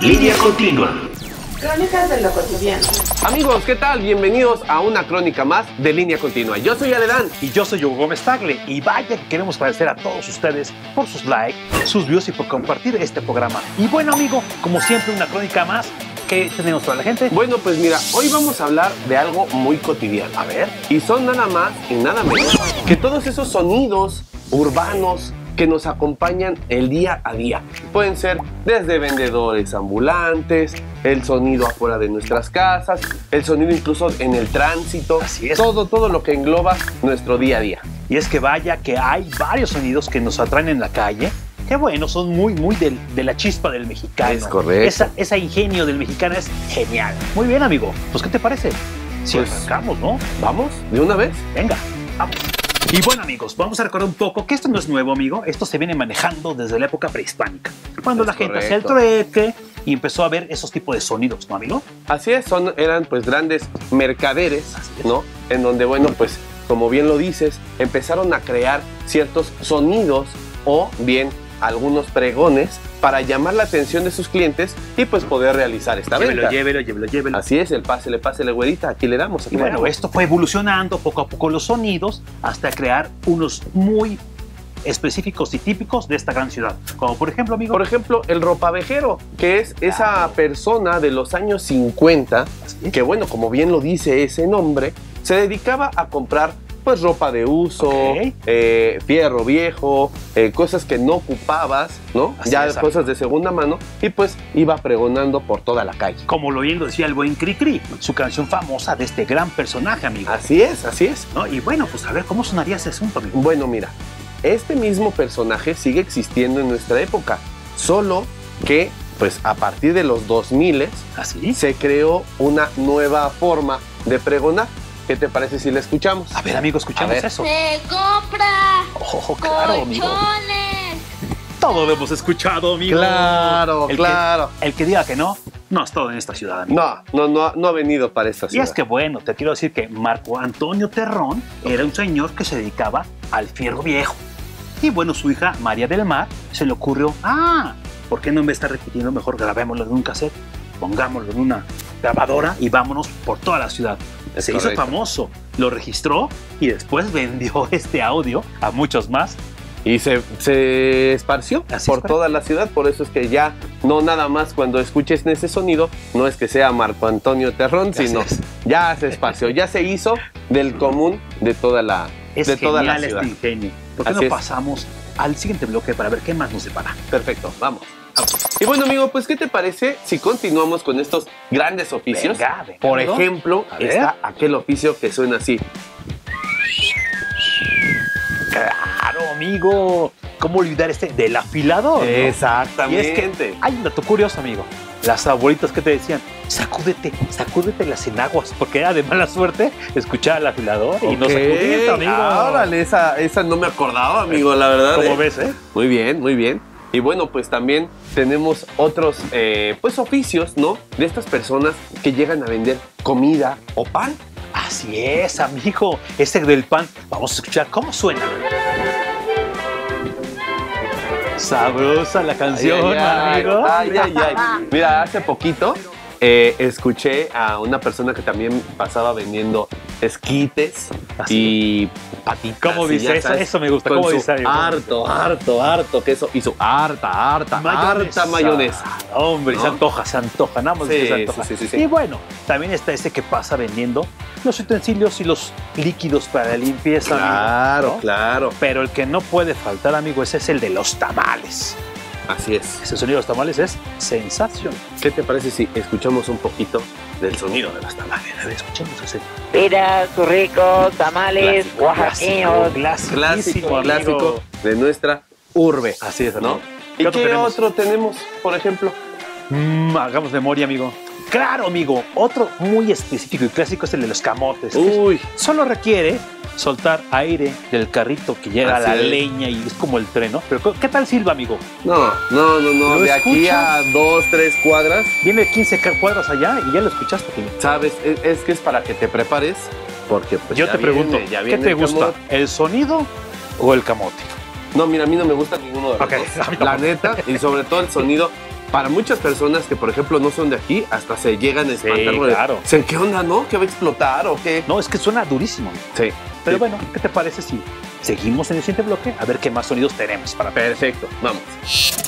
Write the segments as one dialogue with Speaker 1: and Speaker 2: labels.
Speaker 1: Lidia continua.
Speaker 2: Crónicas de lo cotidiano.
Speaker 3: Amigos, ¿qué tal? Bienvenidos a una crónica más de Línea Continua. Yo soy Aledán.
Speaker 4: Y yo soy Hugo Gómez Tagle. Y vaya que queremos agradecer a todos ustedes por sus likes, sus views y por compartir este programa. Y bueno, amigo, como siempre, una crónica más que tenemos para la gente.
Speaker 3: Bueno, pues mira, hoy vamos a hablar de algo muy cotidiano.
Speaker 4: A ver,
Speaker 3: Y son nada más y nada menos que todos esos sonidos urbanos que nos acompañan el día a día. Pueden ser desde vendedores ambulantes, el sonido afuera de nuestras casas, el sonido incluso en el tránsito,
Speaker 4: Así es.
Speaker 3: todo todo lo que engloba nuestro día a día.
Speaker 4: y es que vaya que hay varios sonidos que nos atraen en la calle. Que bueno, son muy, muy del- de la chispa del mexicano.
Speaker 3: Es correcto.
Speaker 4: Esa, esa ingenio del mexicano es genial. Muy bien, amigo. Pues, ¿qué te parece? Si
Speaker 3: Pues-
Speaker 4: arrancamos, ¿no?
Speaker 3: ¿Vamos? ¿De una vez?
Speaker 4: Venga, vamos. Y bueno amigos, vamos a recordar un poco que esto no es nuevo amigo, esto se viene manejando desde la época prehispánica, cuando
Speaker 3: Es
Speaker 4: la gente hacía el
Speaker 3: correcto.
Speaker 4: trueque y empezó a ver esos tipos de sonidos, ¿no amigo?
Speaker 3: Así es, son, eran pues grandes mercaderes, ¿no? En donde, bueno, pues como bien lo dices, empezaron a crear ciertos sonidos o bien algunos pregones para llamar la atención de sus clientes y pues poder realizar esta
Speaker 4: llévelo,
Speaker 3: venta.
Speaker 4: llévelo, llévelo, llévelo.
Speaker 3: Así es, el pásele, pásele, güerita, aquí le damos, aquí
Speaker 4: Y
Speaker 3: le
Speaker 4: bueno,
Speaker 3: damos.
Speaker 4: esto fue evolucionando poco a poco los sonidos hasta crear unos muy específicos y típicos de esta gran ciudad. Como por ejemplo, amigo,
Speaker 3: Por ejemplo, el ropavejero, que es esa
Speaker 4: Claro.
Speaker 3: persona de los años 50
Speaker 4: así,
Speaker 3: que bueno, como bien lo dice ese nombre, se dedicaba a comprar pues ropa de uso,
Speaker 4: Ok.
Speaker 3: eh, fierro viejo, eh, cosas que no ocupabas, ¿no?
Speaker 4: Así
Speaker 3: ya
Speaker 4: es, amigo.
Speaker 3: cosas de segunda mano y pues iba pregonando por toda la calle.
Speaker 4: como lo bien lo decía el buen Cricri, su canción famosa de este gran personaje, amigo.
Speaker 3: Así Uh. es, así es.
Speaker 4: ¿no? Y bueno, pues a ver cómo sonaría ese asunto, amigo.
Speaker 3: Bueno, mira, este mismo personaje sigue existiendo en nuestra época, solo que pues a partir de los 2000
Speaker 4: Así.
Speaker 3: se creó una nueva forma de pregonar. ¿Qué te parece si la escuchamos?
Speaker 4: A ver, amigo, escuchamos
Speaker 3: A ver.
Speaker 4: eso.
Speaker 5: Se compra
Speaker 4: Ojo, claro, amigo.
Speaker 5: colchones.
Speaker 4: Todo lo hemos escuchado, amigo.
Speaker 3: Claro,
Speaker 4: El que-
Speaker 3: claro.
Speaker 4: el que diga que no, no es todo en esta ciudad, amigo.
Speaker 3: No, no, no, no ha venido para esta
Speaker 4: Y
Speaker 3: ciudad.
Speaker 4: es que bueno, te quiero decir que Marco Antonio Terrón era un señor que se dedicaba al fierro viejo. Y bueno, su hija María del Mar se le ocurrió, ah, ¿por qué no me está repitiendo? Mejor grabémoslo en un cassette, pongámoslo en una grabadora y vámonos por toda la ciudad.
Speaker 3: Es
Speaker 4: se hizo
Speaker 3: correcto.
Speaker 4: famoso, lo registró y después vendió este audio a muchos más.
Speaker 3: Y se, se esparció
Speaker 4: Así es,
Speaker 3: por
Speaker 4: correcto.
Speaker 3: toda la ciudad, por eso es que ya no nada más cuando escuches ese sonido, no es que sea Marco Antonio Terrón,
Speaker 4: Así
Speaker 3: sino
Speaker 4: es.
Speaker 3: ya se esparció, ya se hizo del común de toda la,
Speaker 4: Es
Speaker 3: de toda la
Speaker 4: genial
Speaker 3: ciudad.
Speaker 4: este ingenio. ¿Por qué
Speaker 3: Así
Speaker 4: no
Speaker 3: es.
Speaker 4: pasamos al siguiente bloque para ver qué más nos separa?
Speaker 3: Perfecto, vamos. Y bueno, amigo, pues, ¿qué te parece si continuamos con estos grandes oficios?
Speaker 4: Venga, venga,
Speaker 3: Por
Speaker 4: amigo.
Speaker 3: ejemplo,
Speaker 4: A ver.
Speaker 3: está aquel oficio que suena así.
Speaker 4: Claro, amigo. ¿Cómo olvidar este del afilador? no? Y es
Speaker 3: Exactamente.
Speaker 4: que hay un dato curioso, amigo. Las abuelitas que te decían, sacúdete, sacúdete las enaguas, porque era de mala suerte escuchar al afilador y no
Speaker 3: Ok,
Speaker 4: sacudirte, amigo.
Speaker 3: ah, Órale, esa, esa no me acordaba, amigo, la verdad.
Speaker 4: Como
Speaker 3: eh.
Speaker 4: ves, ¿eh?
Speaker 3: Muy bien, muy bien. Y bueno, pues también tenemos otros eh, pues oficios, ¿no? De estas personas que llegan a vender comida o pan.
Speaker 4: Así es, amigo. Ese del pan, vamos a escuchar cómo suena. Sabrosa la canción,
Speaker 3: Ay, ay, ay.
Speaker 4: amigo.
Speaker 3: Ay, ay, ay. Mira, hace poquito eh, escuché a una persona que también pasaba vendiendo esquites
Speaker 4: Así.
Speaker 3: y patitas.
Speaker 4: ¿Cómo
Speaker 3: y
Speaker 4: dice
Speaker 3: ya
Speaker 4: eso?
Speaker 3: sabes,
Speaker 4: Eso me gusta.
Speaker 3: con
Speaker 4: ¿Cómo
Speaker 3: su
Speaker 4: dice, amigo?
Speaker 3: Harto, harto, harto queso y su harta, harta, harta mayonesa.
Speaker 4: Hombre,
Speaker 3: ¿No?
Speaker 4: se antoja, se antoja, nada más
Speaker 3: Sí,
Speaker 4: que se antoja.
Speaker 3: sí, sí, sí, sí.
Speaker 4: Y bueno, también está ese que pasa vendiendo los utensilios y los líquidos para limpieza. amigo,
Speaker 3: Claro,
Speaker 4: ¿no?
Speaker 3: claro.
Speaker 4: Pero el que no puede faltar, amigo, ese es el de los tamales.
Speaker 3: Así es.
Speaker 4: Ese sonido de los tamales es sensación.
Speaker 3: ¿Qué te parece si escuchamos un poquito del sonido de los tamales?
Speaker 4: A ver, escuchemos ese
Speaker 6: Mira sus ricos tamales
Speaker 4: clásico,
Speaker 6: oaxaqueños.
Speaker 3: Clásico,
Speaker 4: clásico, clásico,
Speaker 3: clásico
Speaker 4: amigo.
Speaker 3: de nuestra urbe,
Speaker 4: Así es,
Speaker 3: ¿no?
Speaker 4: amigo.
Speaker 3: ¿Y qué
Speaker 4: tenemos?
Speaker 3: otro tenemos, por ejemplo?
Speaker 4: Mm, hagamos memoria, amigo. Claro, amigo. Otro muy específico y clásico es el de los camotes.
Speaker 3: Uy,
Speaker 4: Solo requiere soltar aire del carrito que llega
Speaker 3: Así
Speaker 4: a la
Speaker 3: es.
Speaker 4: leña y es como el tren, ¿no? Pero ¿qué tal silba, amigo?
Speaker 3: no, no, no, no.
Speaker 4: ¿Lo
Speaker 3: De aquí a
Speaker 4: escuchas?
Speaker 3: dos, tres cuadras,
Speaker 4: Viene 15 ca- cuadras allá y ya lo escuchaste. Jimmy.
Speaker 3: sabes, es, es que es para que te prepares, porque pues
Speaker 4: Yo
Speaker 3: ya
Speaker 4: te
Speaker 3: viene,
Speaker 4: pregunto,
Speaker 3: ya
Speaker 4: ¿qué
Speaker 3: viene
Speaker 4: te
Speaker 3: el
Speaker 4: gusta?
Speaker 3: camote.
Speaker 4: ¿El sonido o el camote?
Speaker 3: No, mira, a mí no me gusta ninguno de los
Speaker 4: Ok,
Speaker 3: dos.
Speaker 4: a mí
Speaker 3: La neta, y sobre todo el sonido Para muchas personas que, por ejemplo, no son de aquí, hasta se llegan a espantar. con el-
Speaker 4: claro.
Speaker 3: "Se- ¿Qué onda, no? ¿Que va a explotar o qué?
Speaker 4: No, es que suena durísimo.
Speaker 3: Sí.
Speaker 4: Pero
Speaker 3: Sí.
Speaker 4: bueno, ¿qué te parece si seguimos en el siguiente bloque a ver qué más sonidos tenemos para
Speaker 3: Perfecto, vamos.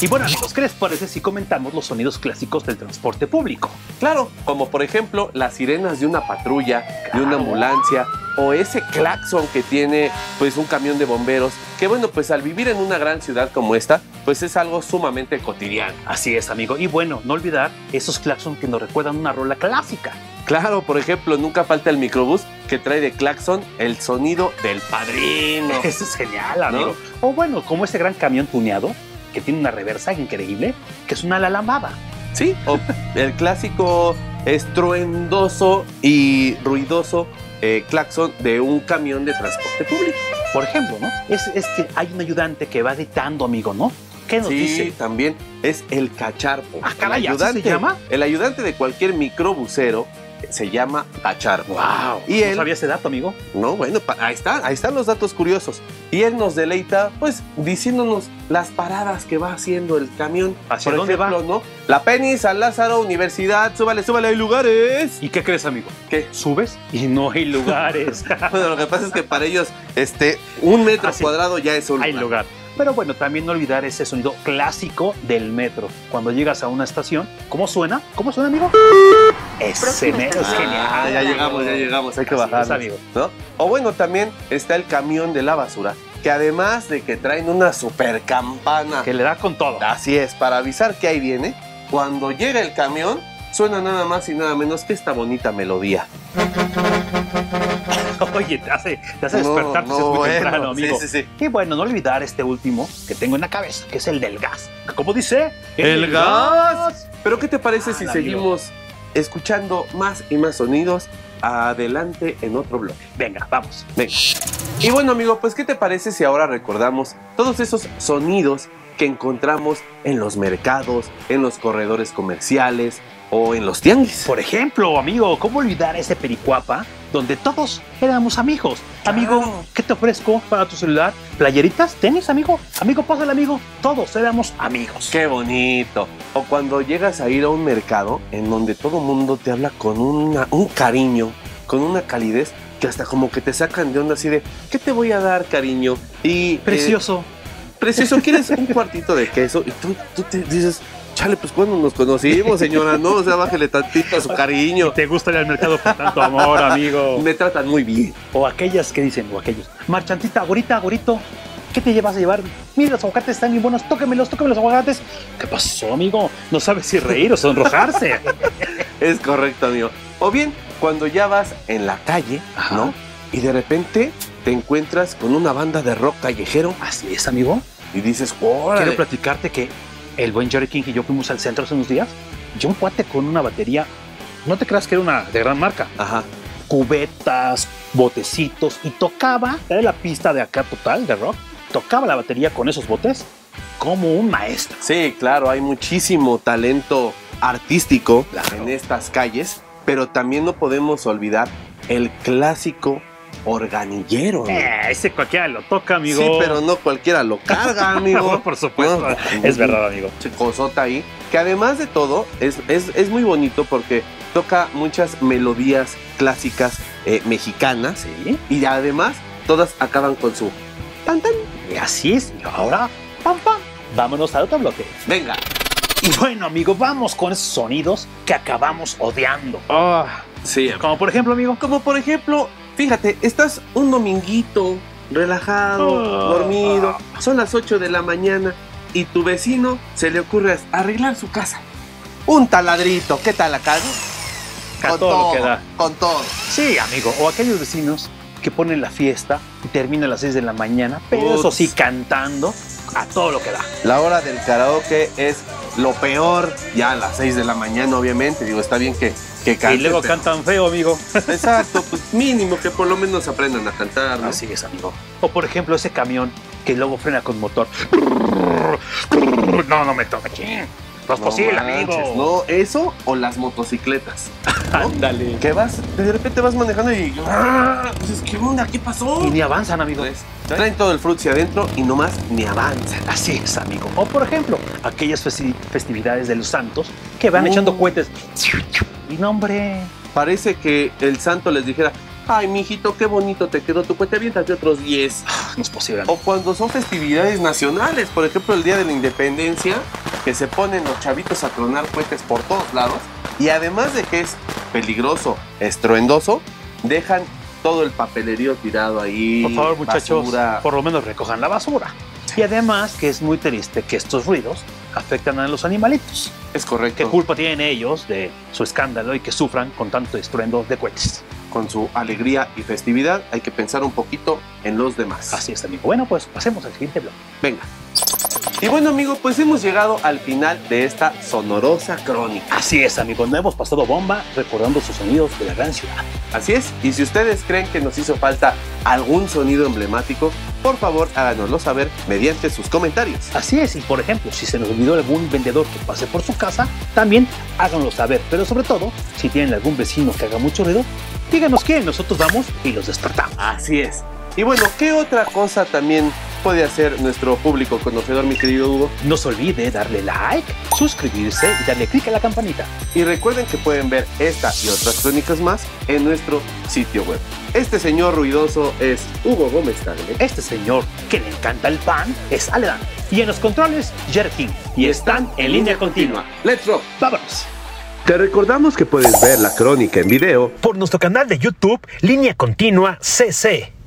Speaker 4: Y bueno, amigos, ¿qué les parece si comentamos los sonidos clásicos del transporte público?
Speaker 3: Claro, como por ejemplo las sirenas de una patrulla, de una ambulancia o ese claxon que tiene pues un camión de bomberos, que bueno, pues al vivir en una gran ciudad como esta, pues es algo sumamente cotidiano.
Speaker 4: Así es, amigo. Y bueno, no olvidar esos claxons que nos recuerdan una rola clásica.
Speaker 3: Claro, por ejemplo, nunca falta el microbús que trae de claxon el sonido del padrino.
Speaker 4: Eso es genial, amigo. O bueno, como ese gran camión tuneado que tiene una reversa increíble, que es una lalambada.
Speaker 3: Sí, o el clásico estruendoso y ruidoso eh, claxon de un camión de transporte público.
Speaker 4: Por ejemplo, ¿no? Es, es que hay un ayudante que va gritando, amigo, ¿no? ¿Qué nos
Speaker 3: Sí,
Speaker 4: dice?
Speaker 3: también es el cacharpo.
Speaker 4: Ah, caray, ¿así se llama?
Speaker 3: El ayudante de cualquier microbusero eh, se llama cacharpo.
Speaker 4: ¡Wow!
Speaker 3: Y
Speaker 4: no
Speaker 3: él-
Speaker 4: sabía ese dato, amigo.
Speaker 3: No, bueno, pa- ahí están, ahí están los datos curiosos. Y él nos deleita, pues, diciéndonos las paradas que va haciendo el camión.
Speaker 4: ¿Hacia
Speaker 3: Por
Speaker 4: dónde va?
Speaker 3: ejemplo, ¿no? La Penis, San Lázaro, Universidad, súbale, súbale, hay lugares.
Speaker 4: ¿Y qué crees, amigo?
Speaker 3: ¿Qué?
Speaker 4: Subes y no hay lugares.
Speaker 3: Bueno, lo que pasa es que para ellos, este, un metro
Speaker 4: Ah, sí.
Speaker 3: cuadrado ya es un
Speaker 4: hay lugar. Pero bueno, también no olvidar ese sonido clásico del metro. Cuando llegas a una estación, ¿cómo suena? ¿Cómo suena, amigo? Ese
Speaker 2: Próxima
Speaker 4: mero es
Speaker 2: estación.
Speaker 4: genial.
Speaker 3: Ah, ya llegamos, ya llegamos, hay que
Speaker 4: Así es,
Speaker 3: bajar.
Speaker 4: amigo.
Speaker 3: O bueno, también está el camión de la basura, que además de que traen una super campana,
Speaker 4: Que le da con todo.
Speaker 3: así es, para avisar que ahí viene, cuando llega el camión, suena nada más y nada menos que esta bonita melodía.
Speaker 4: Oye, te hace, te hace
Speaker 3: No,
Speaker 4: despertar pues,
Speaker 3: no,
Speaker 4: es muy
Speaker 3: bueno,
Speaker 4: temprano,
Speaker 3: sí,
Speaker 4: amigo.
Speaker 3: sí, sí.
Speaker 4: Y bueno, no olvidar este último que tengo en la cabeza, que es el del gas. ¿Cómo dice?
Speaker 3: ¡El gas! Pero ¿qué te parece
Speaker 4: Ah,
Speaker 3: si
Speaker 4: amigo.
Speaker 3: seguimos escuchando más y más sonidos? Adelante en otro blog.
Speaker 4: Venga, vamos.
Speaker 3: Venga. Y bueno, amigo, pues ¿qué te parece si ahora recordamos todos esos sonidos que encontramos en los mercados, en los corredores comerciales o en los tianguis?
Speaker 4: Por ejemplo, amigo, ¿cómo olvidar ese pericuapa donde todos éramos amigos? Amigo, ¿qué te ofrezco para tu celular? ¿Playeritas? ¿Tenis, amigo? Amigo, pásale, amigo. Todos éramos amigos.
Speaker 3: ¡Qué bonito! O cuando llegas a ir a un mercado en donde todo mundo te habla con una- un cariño, con una calidez que hasta como que te sacan de onda así de ¿qué te voy a dar, cariño? Y eh,
Speaker 4: Precioso.
Speaker 3: Precioso, ¿quieres un cuartito de queso? Y tú, tú te dices, chale, pues cuando nos conocimos, señora, no, o sea, bájele tantito a su cariño.
Speaker 4: Te gusta ir al mercado por tanto amor, amigo.
Speaker 3: Me tratan muy bien.
Speaker 4: O aquellas que dicen, o aquellos. Marchantita, gorita, gorito. ¿Qué te llevas a llevar? Mira, los aguacates están bien buenos. Tóquemelos, tóqueme los aguacates. ¿Qué pasó, amigo? No sabes si reír o sonrojarse.
Speaker 3: Es correcto, amigo. O bien, cuando ya vas en la calle,
Speaker 4: Ajá.
Speaker 3: ¿no? Y de repente te encuentras con una banda de rock callejero
Speaker 4: Así es, amigo.
Speaker 3: y dices,
Speaker 4: Quiero
Speaker 3: órale.
Speaker 4: platicarte que el buen Jerry King y yo fuimos al centro hace unos días. Yo un cuate con una batería. No te creas que era una de gran marca.
Speaker 3: Ajá.
Speaker 4: cubetas, botecitos y tocaba, era la pista de acá total de rock, tocaba la batería con esos botes como un maestro.
Speaker 3: Sí, claro, hay muchísimo talento artístico en estas calles, pero también no podemos olvidar el clásico organillero. amigo.
Speaker 4: Eh, ese cualquiera lo toca, amigo.
Speaker 3: Sí, pero no cualquiera lo carga, amigo.
Speaker 4: Por supuesto,
Speaker 3: No.
Speaker 4: es verdad, amigo.
Speaker 3: Chicosota ahí. Que además de todo, es, es, es muy bonito porque toca muchas melodías clásicas eh, mexicanas
Speaker 4: Sí,
Speaker 3: y además todas acaban con su tan tan.
Speaker 4: y así es. Y ahora, pam, pam, vámonos al otro bloque.
Speaker 3: Venga.
Speaker 4: Y bueno, amigo, vamos con esos sonidos que acabamos odiando.
Speaker 3: Sí,
Speaker 4: Ah, Como por ejemplo, amigo,
Speaker 3: Como por ejemplo, fíjate, estás un dominguito relajado,
Speaker 4: Ah.
Speaker 3: dormido, son las 8 de la mañana y tu vecino se le ocurre arreglar su casa. Un taladrito, ¿qué tal acá?
Speaker 4: a todo lo que da.
Speaker 3: con todo.
Speaker 4: Sí, amigo, o aquellos vecinos que ponen la fiesta y termina a las 6 de la mañana, pero eso
Speaker 3: Ups.
Speaker 4: sí, cantando a todo lo que da.
Speaker 3: La hora del karaoke es lo peor, ya a las 6 de la mañana, obviamente. Digo, está bien que, que
Speaker 4: Y
Speaker 3: canten,
Speaker 4: luego
Speaker 3: pero-
Speaker 4: cantan feo, amigo.
Speaker 3: Exacto, pues mínimo que por lo menos aprendan a cantar, ¿no?
Speaker 4: Así es, amigo. O por ejemplo, ese camión que luego frena con motor. No, no me toca aquí. No es posible, amigo.
Speaker 3: manches, No, eso o las motocicletas.
Speaker 4: Ándale.
Speaker 3: Que vas, de repente vas manejando y. ¡Ah! Dices, ¿qué onda? ¿Qué pasó?
Speaker 4: Y ni avanzan, amigo.
Speaker 3: Pues, traen todo el frutzi adentro y nomás ni avanzan.
Speaker 4: Así es, amigo. O por ejemplo, aquellas festi- festividades de los santos que van
Speaker 3: Uh.
Speaker 4: echando cohetes. Y no, hombre.
Speaker 3: Parece que el santo les dijera. Ay, mijito, qué bonito te quedó tu cuenta, aviéntate otros 10.
Speaker 4: No es posible. amigo.
Speaker 3: O cuando son festividades nacionales, por ejemplo el Día de la Independencia, que se ponen los chavitos a tronar cohetes por todos lados, y además de que es peligroso, estruendoso, dejan todo el papelerío tirado ahí.
Speaker 4: Por favor, muchachos,
Speaker 3: Oh, basura.
Speaker 4: por lo menos recojan la basura. Y además que es muy triste que estos ruidos afectan a los animalitos.
Speaker 3: Es
Speaker 4: ¿Qué
Speaker 3: correcto.
Speaker 4: culpa tienen ellos de su escándalo y que sufran con tanto estruendo de cohetes?
Speaker 3: Con su alegría y festividad hay que pensar un poquito en los demás.
Speaker 4: Así es, amigo. Bueno, pues pasemos al siguiente bloque.
Speaker 3: Venga. Y bueno, amigo, pues hemos llegado al final de esta sonorosa crónica.
Speaker 4: Así es, amigo. No hemos pasado bomba recordando sus sonidos de la gran ciudad.
Speaker 3: Así es, y si ustedes creen que nos hizo falta algún sonido emblemático, por favor háganoslo saber mediante sus comentarios.
Speaker 4: Así es, y por ejemplo, si se nos olvidó algún vendedor que pase por su casa, también háganlo saber. Pero sobre todo, si tienen algún vecino que haga mucho ruido, díganos quién. Nosotros vamos y los despertamos.
Speaker 3: Así es. Y bueno, ¿qué otra cosa también puede hacer nuestro público conocedor, mi querido Hugo?
Speaker 4: No se olvide darle like, suscribirse y darle clic a la campanita.
Speaker 3: Y recuerden que pueden ver esta y otras crónicas más en nuestro sitio web. Este señor ruidoso es Hugo Gómez Tagle.
Speaker 4: Este señor que le encanta el pan es Aledán. Y en los controles, Jerry King. Y están en línea continua.
Speaker 3: ¡Let's rock!
Speaker 4: ¡Vámonos!
Speaker 3: Te recordamos que puedes ver la crónica en video
Speaker 1: por nuestro canal de YouTube Línea Continua CC.